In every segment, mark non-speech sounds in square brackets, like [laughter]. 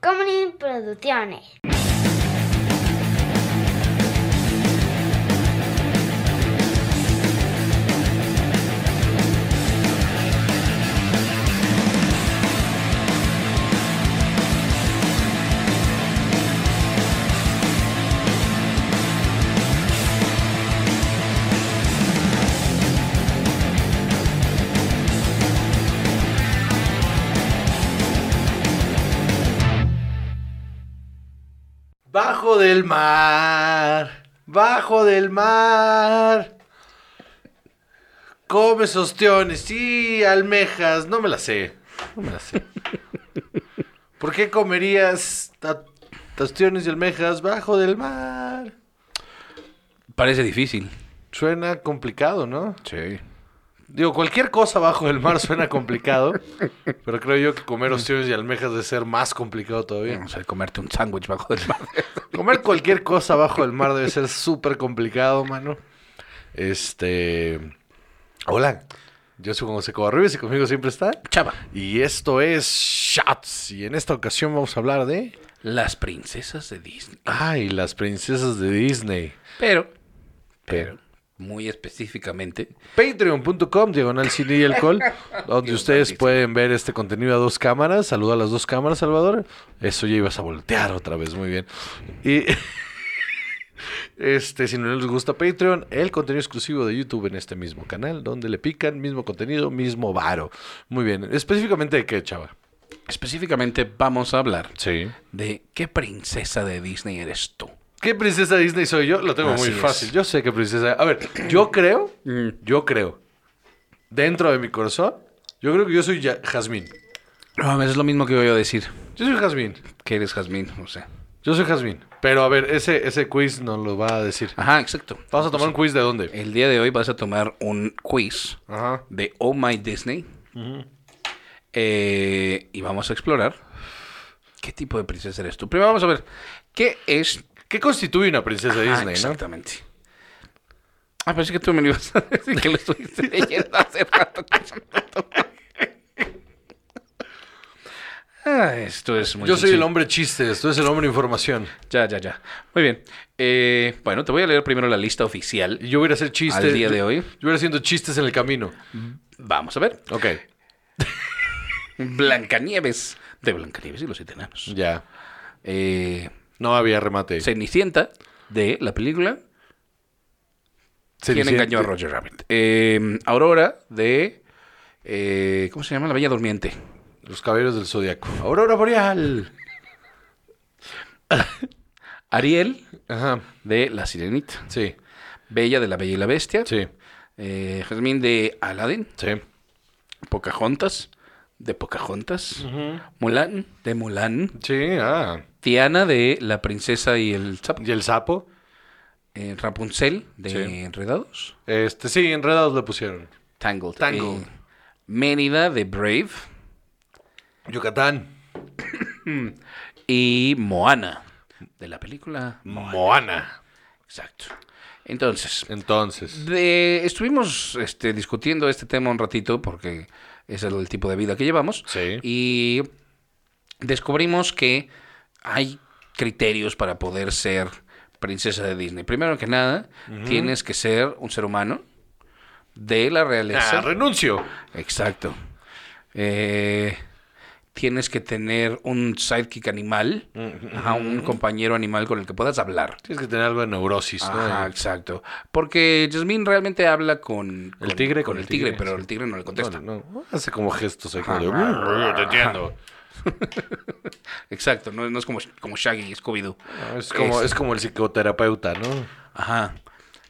Comedy Producciones. Bajo del mar, bajo del mar. Comes ostiones y almejas. No me las sé. No me las sé. ¿Por qué comerías ta- ostiones y almejas bajo del mar? Parece difícil. Suena complicado, ¿no? Sí. Digo, cualquier cosa bajo del mar suena complicado. pero creo yo que comer ostiones y almejas debe ser más complicado todavía. Vamos a comerte un sándwich bajo del mar. Comer cualquier cosa abajo del mar debe ser súper complicado, mano. Este. Hola, yo soy Juan José Covarrubias y conmigo siempre está. Chava, Y esto es Shots. Y en esta ocasión vamos a hablar de. las princesas de Disney. Ay, las princesas de Disney. Pero, Pero. muy específicamente, Patreon.com, diagonal cine y alcohol, donde ustedes pueden ver este contenido a dos cámaras. Saluda a las dos cámaras, Salvador. Eso ya ibas a voltear otra vez, muy bien. Y [laughs] este, si no les gusta Patreon, el contenido exclusivo de YouTube en este mismo canal, donde le pican, mismo contenido, mismo varo. Muy bien. Específicamente de qué, chava. específicamente vamos a hablar Sí. de qué princesa de Disney eres tú. ¿Qué princesa Disney soy yo? Lo tengo Así muy es. Mm. fácil. Yo sé qué princesa. A ver, yo creo, yo creo, dentro de mi corazón, yo creo que yo soy ya- Jazmín. No, es lo mismo que voy a decir, Yo soy Jazmín. que eres Jazmín, o sea. Yo soy Jazmín. Pero a ver, ese, ese quiz nos lo va a decir. Ajá, exacto. Vamos a tomar un quiz de dónde. El día de hoy vas a tomar un quiz Ajá. de Oh My Disney. Eh, y vamos a explorar qué tipo de princesa eres tú. Primero vamos a ver qué es ¿Qué constituye una princesa Ajá, Disney, no? Ah, Exactamente. Ah, pensé que tú me lo ibas a decir que lo estuviste [laughs] leyendo hace rato. Ah, esto es muy Yo soy sencillo. el hombre chiste, esto es el hombre información. Ya, ya, ya. Muy bien. Eh, bueno, te voy a leer primero la lista oficial. Y yo voy a ir a hacer chistes. Al día de hoy. Yo voy a ir haciendo chistes en el camino. Vamos a ver. Ok, Blancanieves. De Blancanieves y los siete enanos. ya. Eh, No había remate. Cenicienta de la película ¿Quién Cenicienta- engañó a Roger Rabbit? Eh, Aurora de... eh, ¿Cómo se llama? La Bella Durmiente. Los caballeros del zodiaco. Aurora Boreal. Ariel Ajá, de La Sirenita. sí, Bella de La Bella y la Bestia. sí, Eh, Jazmín de Aladdin. sí. Pocahontas de Pocahontas. Mulan de Mulan. Sí, ah. Tiana de La Princesa y el Sapo. ¿Y el sapo? Eh, Rapunzel de Sí. Enredados. Este, sí, enredados le pusieron. Tangled. Tangled. Eh, Mérida de Brave. Yucatán. Y Moana de la película. Moana. Exacto. Entonces, Entonces. De- estuvimos este, discutiendo este tema un ratito porque es el, tipo de vida que llevamos. Sí. Y descubrimos que hay criterios para poder ser princesa de Disney. Primero que nada, tienes que ser un ser humano de la realeza. Ah, renuncio. Exacto. Eh, tienes que tener un sidekick animal, ajá, un compañero animal con el que puedas hablar. Tienes que tener algo de neurosis, ¿no? Ajá, exacto. Porque Jasmine realmente habla con, con- El tigre con, el tigre, pero sí. el tigre no le contesta. No, no, Hace como gestos ahí como de... Ajá. "Te entiendo". Exacto, no, no es como, como Shaggy y Scooby-Doo. No, Es como, es como el psicoterapeuta, ¿no? Ajá.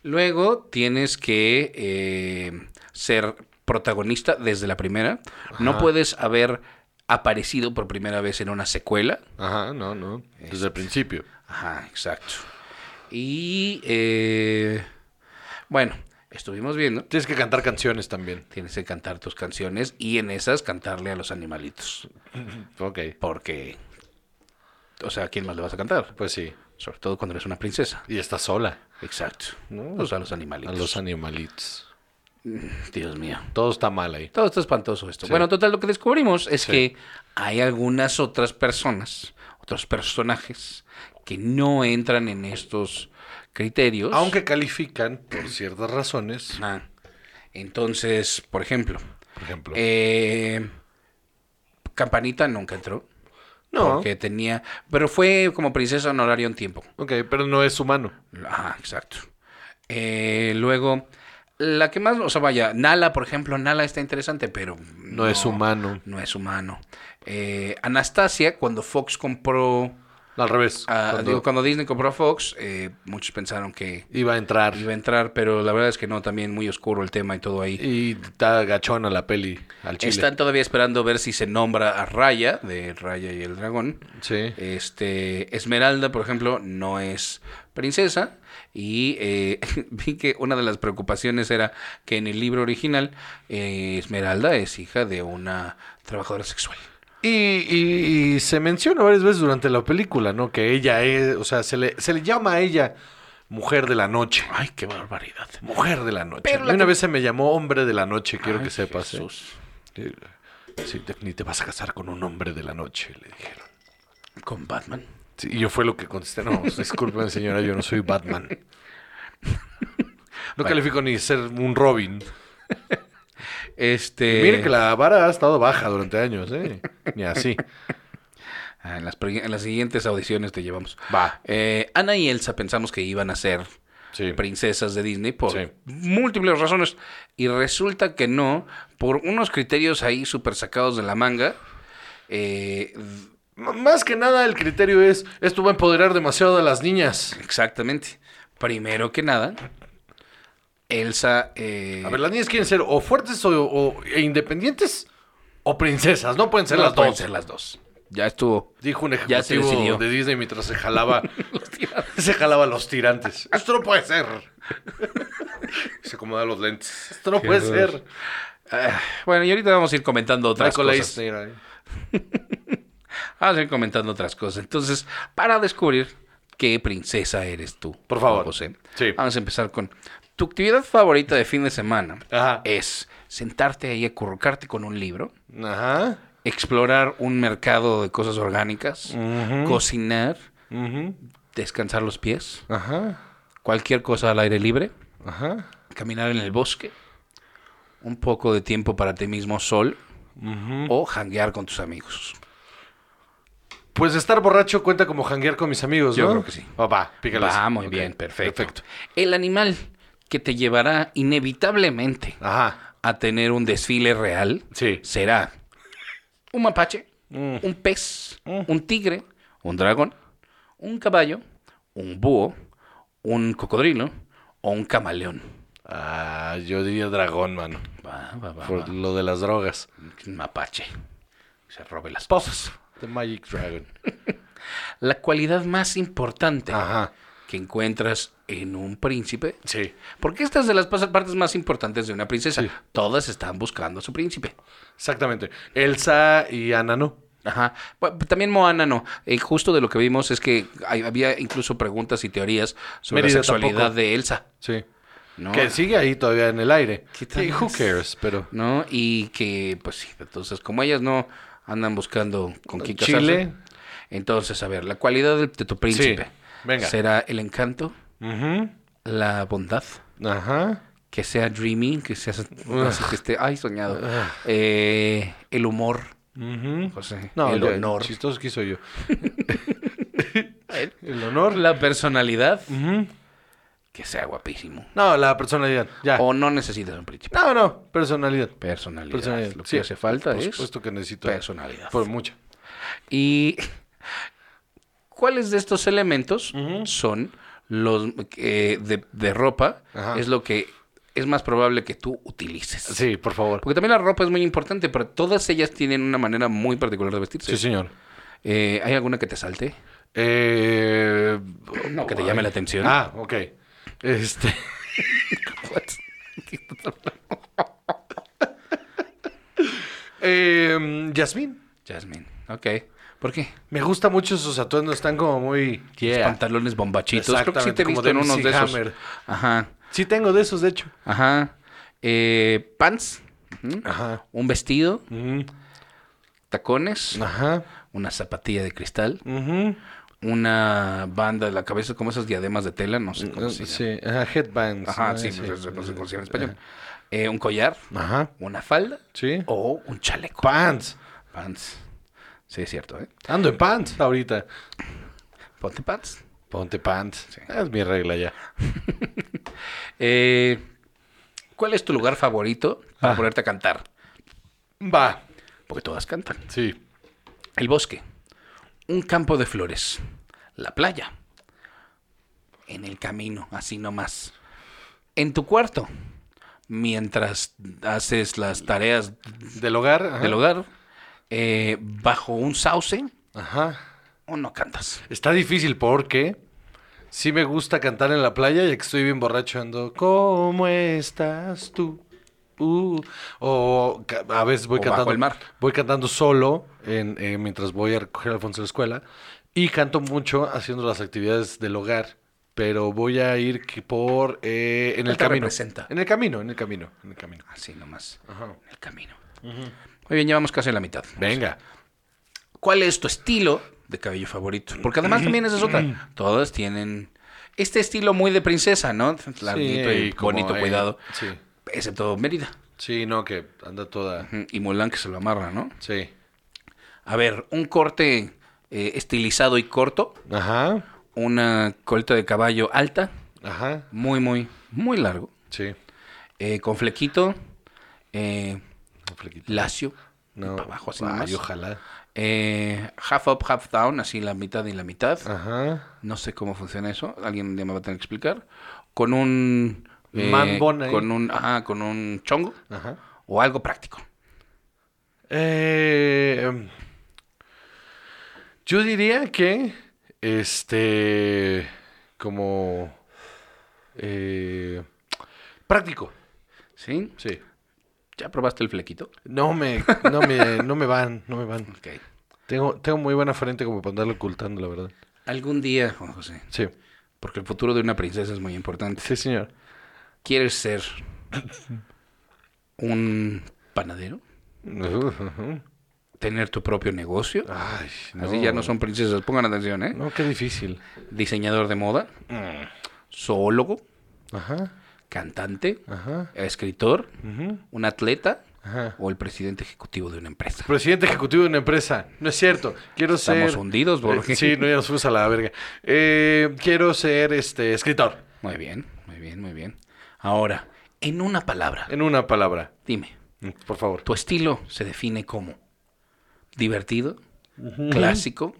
Luego tienes que eh, ser protagonista desde la primera. No puedes haber aparecido por primera vez en una secuela. Ajá, no, no. Desde el principio. Ajá, exacto. Y eh, bueno, estuvimos viendo. Tienes que cantar canciones también. Tienes que cantar tus canciones y en esas cantarle a los animalitos. Ok. Porque, o sea, ¿a quién más le vas a cantar? Pues sí. Sobre todo cuando eres una princesa. Y está sola. Exacto. No, o sea, los animalitos. A los animalitos. Dios mío. Todo está mal ahí. Todo está espantoso esto. Sí. Bueno, total, lo que descubrimos es Sí. que hay algunas otras personas, otros personajes que no entran en estos criterios. Aunque califican por ciertas razones. Ajá. Entonces, por ejemplo, Por ejemplo. eh, Campanita nunca entró. no. Porque tenía. Pero fue como princesa honoraria un tiempo. Ok, pero no es humano. Ajá, Ah, exacto. Eh, luego, la que más. O sea, vaya, Nala, por ejemplo, Nala está interesante, pero. No, es humano. No es humano. Eh, Anastasia, cuando Fox compró. Al revés. ah, cuando digo, cuando Disney compró a Fox, eh, muchos pensaron que Iba a entrar. iba a entrar, pero la verdad es que no, también muy oscuro el tema y todo ahí. Y está gachona la peli al chile. Están todavía esperando ver si se nombra a Raya, de Raya y el Dragón. Sí. Este, Esmeralda, por ejemplo, no es princesa. Y eh, [laughs] vi que una de las preocupaciones era que en el libro original, eh, Esmeralda es hija de una trabajadora sexual. Y, y- y se menciona varias veces durante la película, ¿no? Que ella es, o sea, se le, se le llama a ella mujer de la noche. Ay, qué barbaridad. Mujer de la noche. Pero A mí la una que- vez se me llamó hombre de la noche, quiero Ay, que sepas. ¿eh? Jesús. Sí, sí, te- ni te vas a casar con un hombre de la noche, le dijeron. Con Batman. Sí, y yo fue lo que contesté, no, [laughs] disculpen señora, yo no soy Batman. No Bueno. califico ni ser un Robin. Este. Miren que la vara ha estado baja durante años, ¿eh? Ni así. Ah, en, las, pre- en las siguientes audiciones te llevamos. Va. Eh, Ana y Elsa pensamos que iban a ser Sí. princesas de Disney por Sí. múltiples razones y resulta que no por unos criterios ahí súper sacados de la manga eh, M- Más que nada el criterio es, esto va a empoderar demasiado a las niñas. exactamente primero que nada Elsa eh, A ver, las niñas quieren ser o fuertes o, o- e independientes o princesas, no pueden ser no las pueden dos. ser las dos ya estuvo Dijo un Ya se decidió. ejecutivo de Disney mientras se [laughs] jalaba, se jalaba los tirantes. Esto no puede [laughs] ser. se acomoda los lentes. Esto no Qué puede horror. ser. Ah, bueno y ahorita vamos a ir comentando otras Michael cosas Eisner, ¿eh? vamos a ir comentando otras cosas entonces para descubrir qué princesa eres tú Por favor. José Sí. vamos a empezar con tu actividad favorita de fin de semana Ajá. es sentarte ahí, acurrucarte con un libro, Ajá. explorar un mercado de cosas orgánicas, cocinar, Ujú. descansar los pies, Ajá. cualquier cosa al aire libre, Ajá. caminar en el bosque, un poco de tiempo para ti mismo sol Mm. o janguear con tus amigos. Pues estar borracho cuenta como janguear con mis amigos, ¿no? Yo creo que sí. Ah, va, pícalas. Va muy Ok, bien, perfecto. El animal que te llevará inevitablemente Ajá. a tener un desfile real Sí. Mm. será un mapache, un pez, un tigre, un dragón, un caballo, un búho, un cocodrilo o un camaleón. Ah, yo diría dragón, mano. Va, va, va, Por va. lo de las drogas. Un mapache. Se robe las Puffs. The Magic Dragon. La cualidad más importante Ajá. que encuentras en un príncipe. Sí. Porque esta es de las pas- partes más importantes de una princesa. Sí. Todas están buscando a su príncipe. Exactamente. Elsa y Ana no. Ajá. Bu- También Moana no. Eh, justo de lo que vimos es que hay- había incluso preguntas y teorías sobre Mérida la sexualidad tampoco. de Elsa. Sí. ¿no? Que sigue ahí todavía en el aire. ¿Qué tal Sí, who es? cares, pero... ¿no? Y que, pues sí, entonces, como ellas no andan buscando con quién casarse, Chile. entonces, a ver, la cualidad de, de tu príncipe Sí, venga. será el encanto, Ujú. la bondad, Ajá. que sea dreaming, que sea Ah. así que esté, ay, soñado, Eh, el humor, Ujú. José, No, el ya, honor, Chistoso que hizo [laughs] [laughs] yo. el honor. la personalidad, Ujú. que sea guapísimo, No, la personalidad. Ya. o no necesitas un príncipe, No, no. Personalidad. personalidad, Personalidad. lo que sí. hace falta Por es supuesto que necesito... personalidad. Por mucho. ¿Y cuáles de estos elementos son los eh, de, de ropa? Ajá. Es lo que es más probable que tú utilices. Sí, por favor. Porque también la ropa es muy importante, pero todas ellas tienen una manera muy particular de vestirse. Sí, señor. Eh, ¿Hay alguna que te salte? Eh, No, que te llame la atención. Ah, ok. Este. [laughs] eh, Yasmín. Jasmine. Ok. ¿Por qué? Me gusta mucho sus atuendos, están como muy. Los pantalones bombachitos. Creo que sí te Exactamente, he como visto en de unos MC de esos. Hammer. Ajá. Sí, tengo de esos, de hecho. Ajá. Eh, pants. Ujú. Ajá. Un vestido. Ujú. Tacones. Mm, Ajá. una zapatilla de cristal, Ujú. una banda de la cabeza, como esas diademas de tela, no sé cómo se llama. Mm, Sí, ajá, headbands. Ajá, Ah, sí, pues, eso no sé cómo se llama en español. Eh, un collar, Ajá, una falda sí. o un chaleco. Pants. Pants. Sí, es cierto, ¿eh? Ando en pants ahorita. Ponte pants. Ponte pants. Es mi regla ya. Eh, ¿Cuál es tu lugar favorito para Ah. ponerte a cantar? Va. Porque todas cantan. Sí. El bosque. Un campo de flores. La playa. En el camino, así nomás. En tu cuarto. Mientras haces las tareas Del hogar. Ajá. del hogar. eh, bajo un sauce. Ajá. O no cantas. Está difícil porque sí me gusta cantar en la playa ya que estoy bien borracho ando. ¿Cómo estás tú? Uh. o ca- a veces voy O bajo cantando el mar. voy cantando solo en, eh, mientras voy a recoger a Alfonso de la escuela y canto mucho haciendo las actividades del hogar pero voy a ir que por eh, en ¿Qué el te camino representa? en el camino en el camino en el camino Así nomás. Ajá. En el camino. Muy bien, llevamos casi la mitad. venga ¿Cuál es tu estilo de cabello favorito? Porque además también esa es otra. Todas tienen este estilo muy de princesa, ¿no? Larguito Sí, y como, bonito, eh, cuidado. sí Excepto Mérida. sí no que anda toda Ujú, Y Molán que se lo amarra, ¿no? sí A ver, un corte eh, estilizado y corto. ajá Una coleta de caballo alta. ajá Muy, muy, muy largo. sí eh, con flequito. eh, un flequito. lacio. no Para abajo, así Ay, nomás. ojalá Eh, half up, half down, así la mitad y la mitad. Ajá. No sé cómo funciona eso. Alguien un día me va a tener que explicar. Con un. eh, Mambón ahí. Con un. Ajá, con un chongo. Ajá. O algo práctico. Eh, em, yo diría que, este, como, eh, práctico, ¿Sí? sí. ¿Ya probaste el flequito? No me, no me, no me van, no me van. Ok. Tengo, tengo muy buena frente como para andarlo ocultando, la verdad. Algún día, Juan José. Sí, Porque el futuro de una princesa es muy importante. sí, señor. ¿Quieres ser. un panadero? Ujú. ¿Tener tu propio negocio? Ay, Así ya no son princesas. Pongan atención, ¿eh? No, qué difícil. Diseñador de moda. Zoólogo. Ajá, Cantante. ajá, Escritor. ujú, un atleta ajá. o el presidente ejecutivo de una empresa. Presidente ejecutivo de una empresa. No es cierto. Quiero Estamos ser. hundidos, porque... Eh, sí, no, ya nos fuimos a la verga. Eh, quiero ser este escritor. Muy bien, muy bien, muy bien. Ahora, en una palabra, En una palabra. dime, Mm, Por favor. tu estilo se define como divertido, clásico,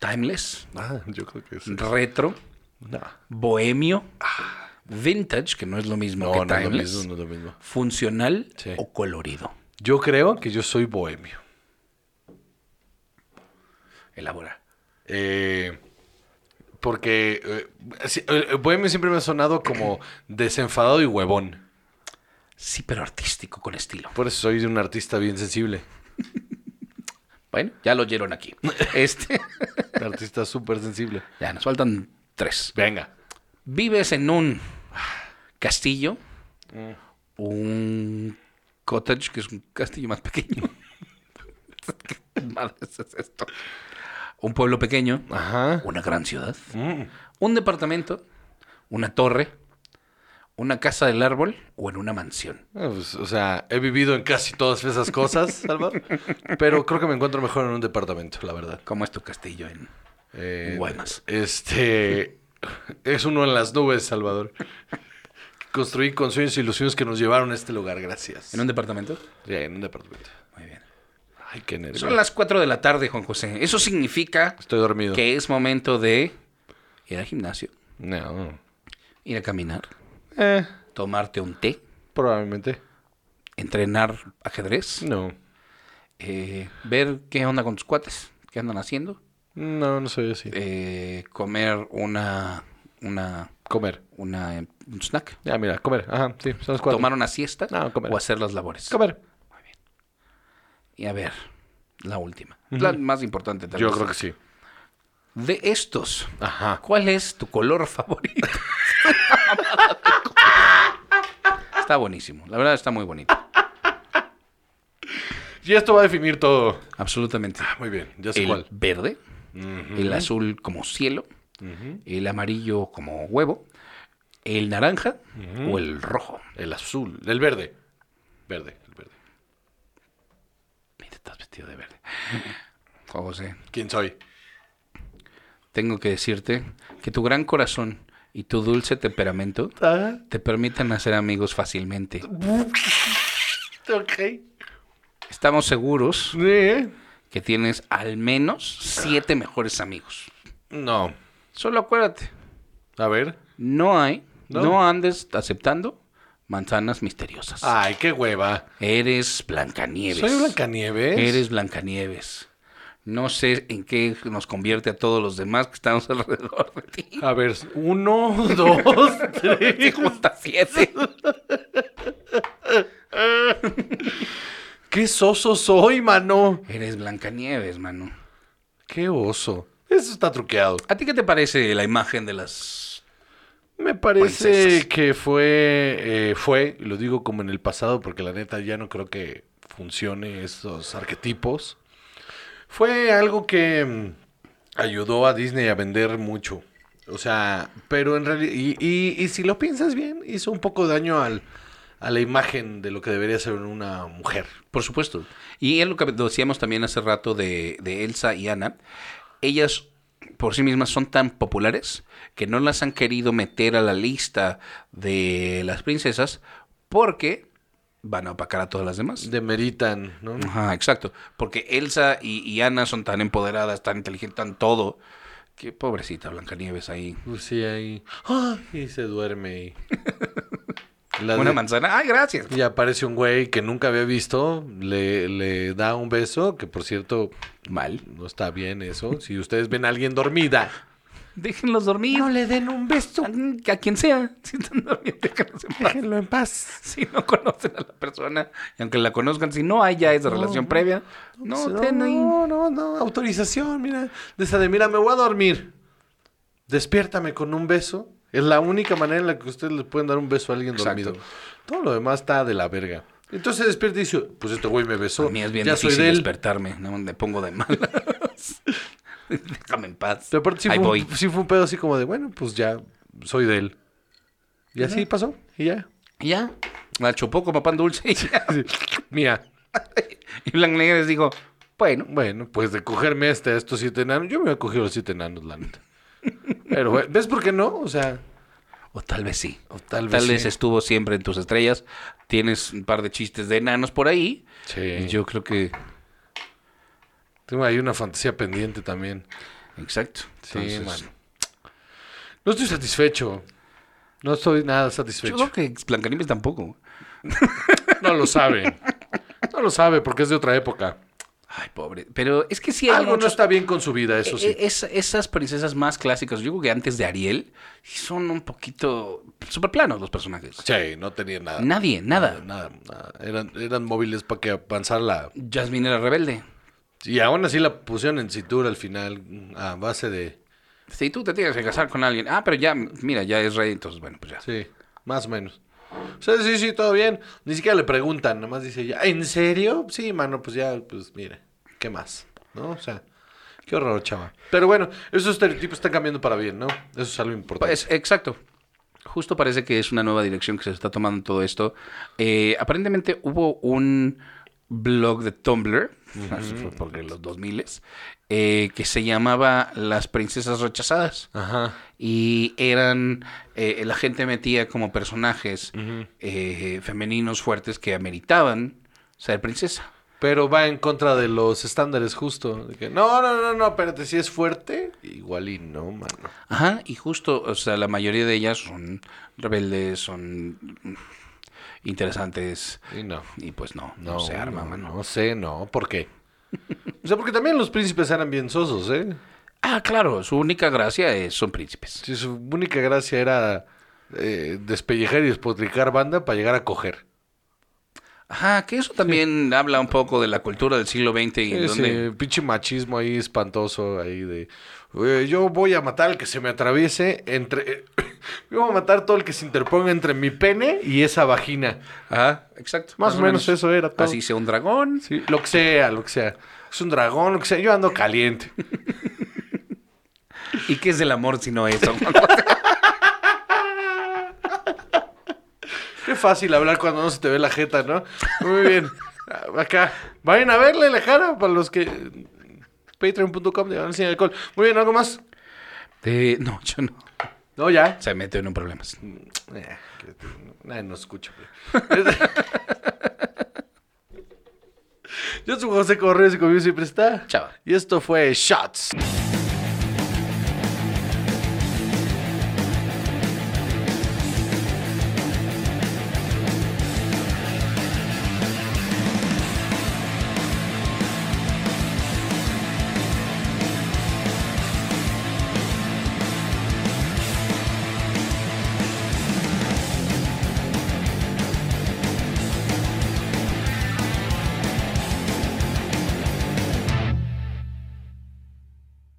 timeless, Ah, yo creo que sí. retro, No. bohemio, vintage, que no es lo mismo No, que no es lo timeless, mismo, no es lo mismo. funcional Sí. o colorido. Yo creo que yo soy bohemio. Elabora. Eh, porque eh, sí, el- el bohemio siempre me ha sonado como desenfadado y huevón. Sí, pero artístico con estilo. Por eso soy un artista bien sensible. Bueno, ya lo oyeron aquí. [laughs] Este, [laughs] Un artista súper sensible. ya nos faltan tres. Venga. vives en un castillo, un cottage, que es un castillo más pequeño. [laughs] ¿Qué madres es esto? Un pueblo pequeño, Ajá. una gran ciudad, Mm. un departamento, una torre, una casa del árbol o en una mansión. Ah, pues, o sea, he vivido en casi todas esas cosas, Salvador. pero creo que me encuentro mejor en un departamento, la verdad. ¿Cómo es tu castillo en Eh, Guaymas? Este es uno en las nubes, Salvador. Construí con sueños e ilusiones que nos llevaron a este lugar, gracias. ¿En un departamento? Sí, en un departamento. Muy bien. Ay, qué nervios. Son las 4 de la tarde, Juan José. Eso significa Estoy dormido. que es momento de ir al gimnasio, No. ir a caminar, Eh, tomarte un té, probablemente. entrenar ajedrez, No. eh, ver qué onda con tus cuates, qué andan haciendo, No, no soy así. eh, comer una, una, Comer. una, eh, un snack, Ya, mira, comer. Ajá, sí, son las cuatro. tomar una siesta No, comer. o hacer las labores. Comer. Y a ver, la última, la más importante tal Yo vez. creo que sí. De estos, Ajá. ¿cuál es tu [laughs] color favorito? está buenísimo, la verdad está muy bonito. Y esto va a definir todo. Absolutamente. Ah, Muy bien, ya sé El cuál. verde, Ujú. el azul como cielo, el amarillo como huevo, el naranja o el rojo. El azul, el verde. Verde, el verde. Mira, estás vestido de verde. Juan José, ¿Quién soy? tengo que decirte que tu gran corazón y tu dulce temperamento Ah, te permitan hacer amigos fácilmente. Ok. Estamos seguros Eh, que tienes al menos siete mejores amigos. No. Solo acuérdate, A ver. no hay, No. no, andes aceptando manzanas misteriosas. Ay, qué hueva. Eres Blancanieves. Ah. ¿Soy Blancanieves? Eres Blancanieves. No sé en qué nos convierte a todos los demás que estamos [laughs] alrededor de ti. A ver, uno, [laughs] [laughs] dos, tres. Hijo, hasta siete. ¡Qué soso soy, mano! Eres Blancanieves, mano. ¡Qué oso! Eso está truqueado. ¿A ti qué te parece la imagen de las... Me parece Princesas. que fue, eh, fue, y lo digo como en el pasado, porque la neta ya no creo que funcione esos arquetipos. Fue algo que mm, ayudó a Disney a vender mucho. O sea, pero en realidad, y, y- y si lo piensas bien, hizo un poco daño al, a la imagen de lo que debería ser una mujer. Por supuesto. Y es lo que decíamos también hace rato de, de Elsa y Anna. Ellas por sí mismas son tan populares que no las han querido meter a la lista de las princesas porque van a opacar a todas las demás. Demeritan, ¿no? Ajá, exacto. Porque Elsa y, y Ana son tan empoderadas, tan inteligentes, tan todo. Que pobrecita Blancanieves ahí. Pues sí, ahí. ¡Ah! Y se duerme. [laughs] Y... La Una de- manzana. ¡Ay, gracias! Y aparece un güey que nunca había visto, le, le da un beso, que por cierto, Mal. no está bien eso. Si ustedes ven a alguien dormida, Déjenlos dormir. no le den un beso, A, a quien sea. [laughs] Si están dormidos, déjenlos en paz. déjenlo en paz. Si no conocen a la persona, y aunque la conozcan, si no hay ya esa relación previa, no, no, ten ahí. no, no, no, autorización, mira. De esa de, mira, me voy a dormir. Despiértame con un beso. Es la única manera en la que ustedes le pueden dar un beso a alguien Exacto. dormido. Todo lo demás está de la verga. Entonces se despierta y dice, pues este güey me besó. A mí es bien ya soy difícil de él. despertarme, no me pongo de malas. [laughs] Déjame en paz. Pero aparte sí Ahí fue, voy. un, pues, sí fue un pedo así como de, bueno, pues ya soy de él. Y así pasó, y ya. Y ya, la chupó como pan dulce [laughs] y ya. Sí. Mira, Y Blancanieves dijo, bueno, bueno, pues de cogerme este, a estos siete enanos, yo me voy a coger los siete enanos, la neta. Pero, bueno, ¿ves por qué no? O sea, o tal vez sí. o tal, Tal vez, vez sí. estuvo siempre en tus estrellas. Tienes un par de chistes de enanos por ahí. Sí. Y yo creo que... Tengo ahí una fantasía pendiente también. Exacto. Sí, Entonces, mano. No estoy satisfecho. No estoy nada Yo satisfecho. creo que Blancanieves tampoco. No lo sabe. No lo sabe porque es de otra época. Ay, pobre. Pero es que sí hay Algo no muchos- está bien con su vida, eso sí. E- es- esas princesas más clásicas, yo creo que antes de Ariel, sí son un poquito super planos los personajes. Sí, no tenía nada. Nadie, nada. Nada, nada. Eran, eran móviles para que avanzara. Jasmine era rebelde. Y aún así la pusieron en cintura al final a base de... Si tú te tienes que casar con alguien, ah, pero ya, mira, ya es rey, entonces bueno, pues ya. Sí, más o menos. O sea, sí, sí, todo bien. Ni siquiera le preguntan, nomás dice ya, ¿en serio? Sí, mano, pues ya, pues mira, ¿qué más? ¿No? O sea, qué horror, chava. Pero bueno, esos estereotipos están cambiando para bien, ¿no? Eso es algo importante. Pues, exacto. Justo parece que es una nueva dirección que se está tomando todo esto. Eh, aparentemente hubo un blog de Tumblr, así fue [laughs] porque los 2000 eh, que se llamaba Las Princesas Rechazadas. Ajá. y eran eh, la gente metía como personajes eh, femeninos fuertes que ameritaban ser princesa. Pero va en contra de los estándares justo. De que, no, no, no, no, espérate, si es fuerte, igual y no, mano. Ajá, y justo, o sea, la mayoría de ellas son rebeldes, son mm, interesantes Y no. y pues no, no, No, se arma, no, mano. No sé, no. ¿Por qué? [laughs] O sea, porque también los príncipes eran bien sosos, ¿eh? Ah, claro, su única gracia es son príncipes. Si su única gracia era eh, despellejar y despotricar banda para llegar a coger. Ajá, que eso también habla un poco de la cultura del siglo XX y en Ese donde pinche machismo ahí espantoso, ahí de... "Eh, [coughs] yo voy a matar al que se me atraviese entre... Yo voy a matar todo el que se interponga entre mi pene y esa vagina. Ajá, exacto. Más o menos eso era todo. Así sea un dragón. Sí, lo que sea, lo que sea. Es un dragón, lo que sea. Yo ando caliente. ¿Y qué es el amor si [laughs] no eso? Qué fácil hablar cuando no se te ve la jeta, ¿no? Muy bien. Acá. Vayan a verle la cara para los que. Patreon.com de sin alcohol. Muy bien, ¿algo más? Eh, no, yo no. No, ya. Se mete en problemas. Eh, que- Nadie nos escucha. [laughs] Yo soy José Correa y conmigo siempre está. Chava. Y esto fue Shots.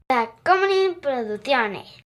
Tacomunin Producciones.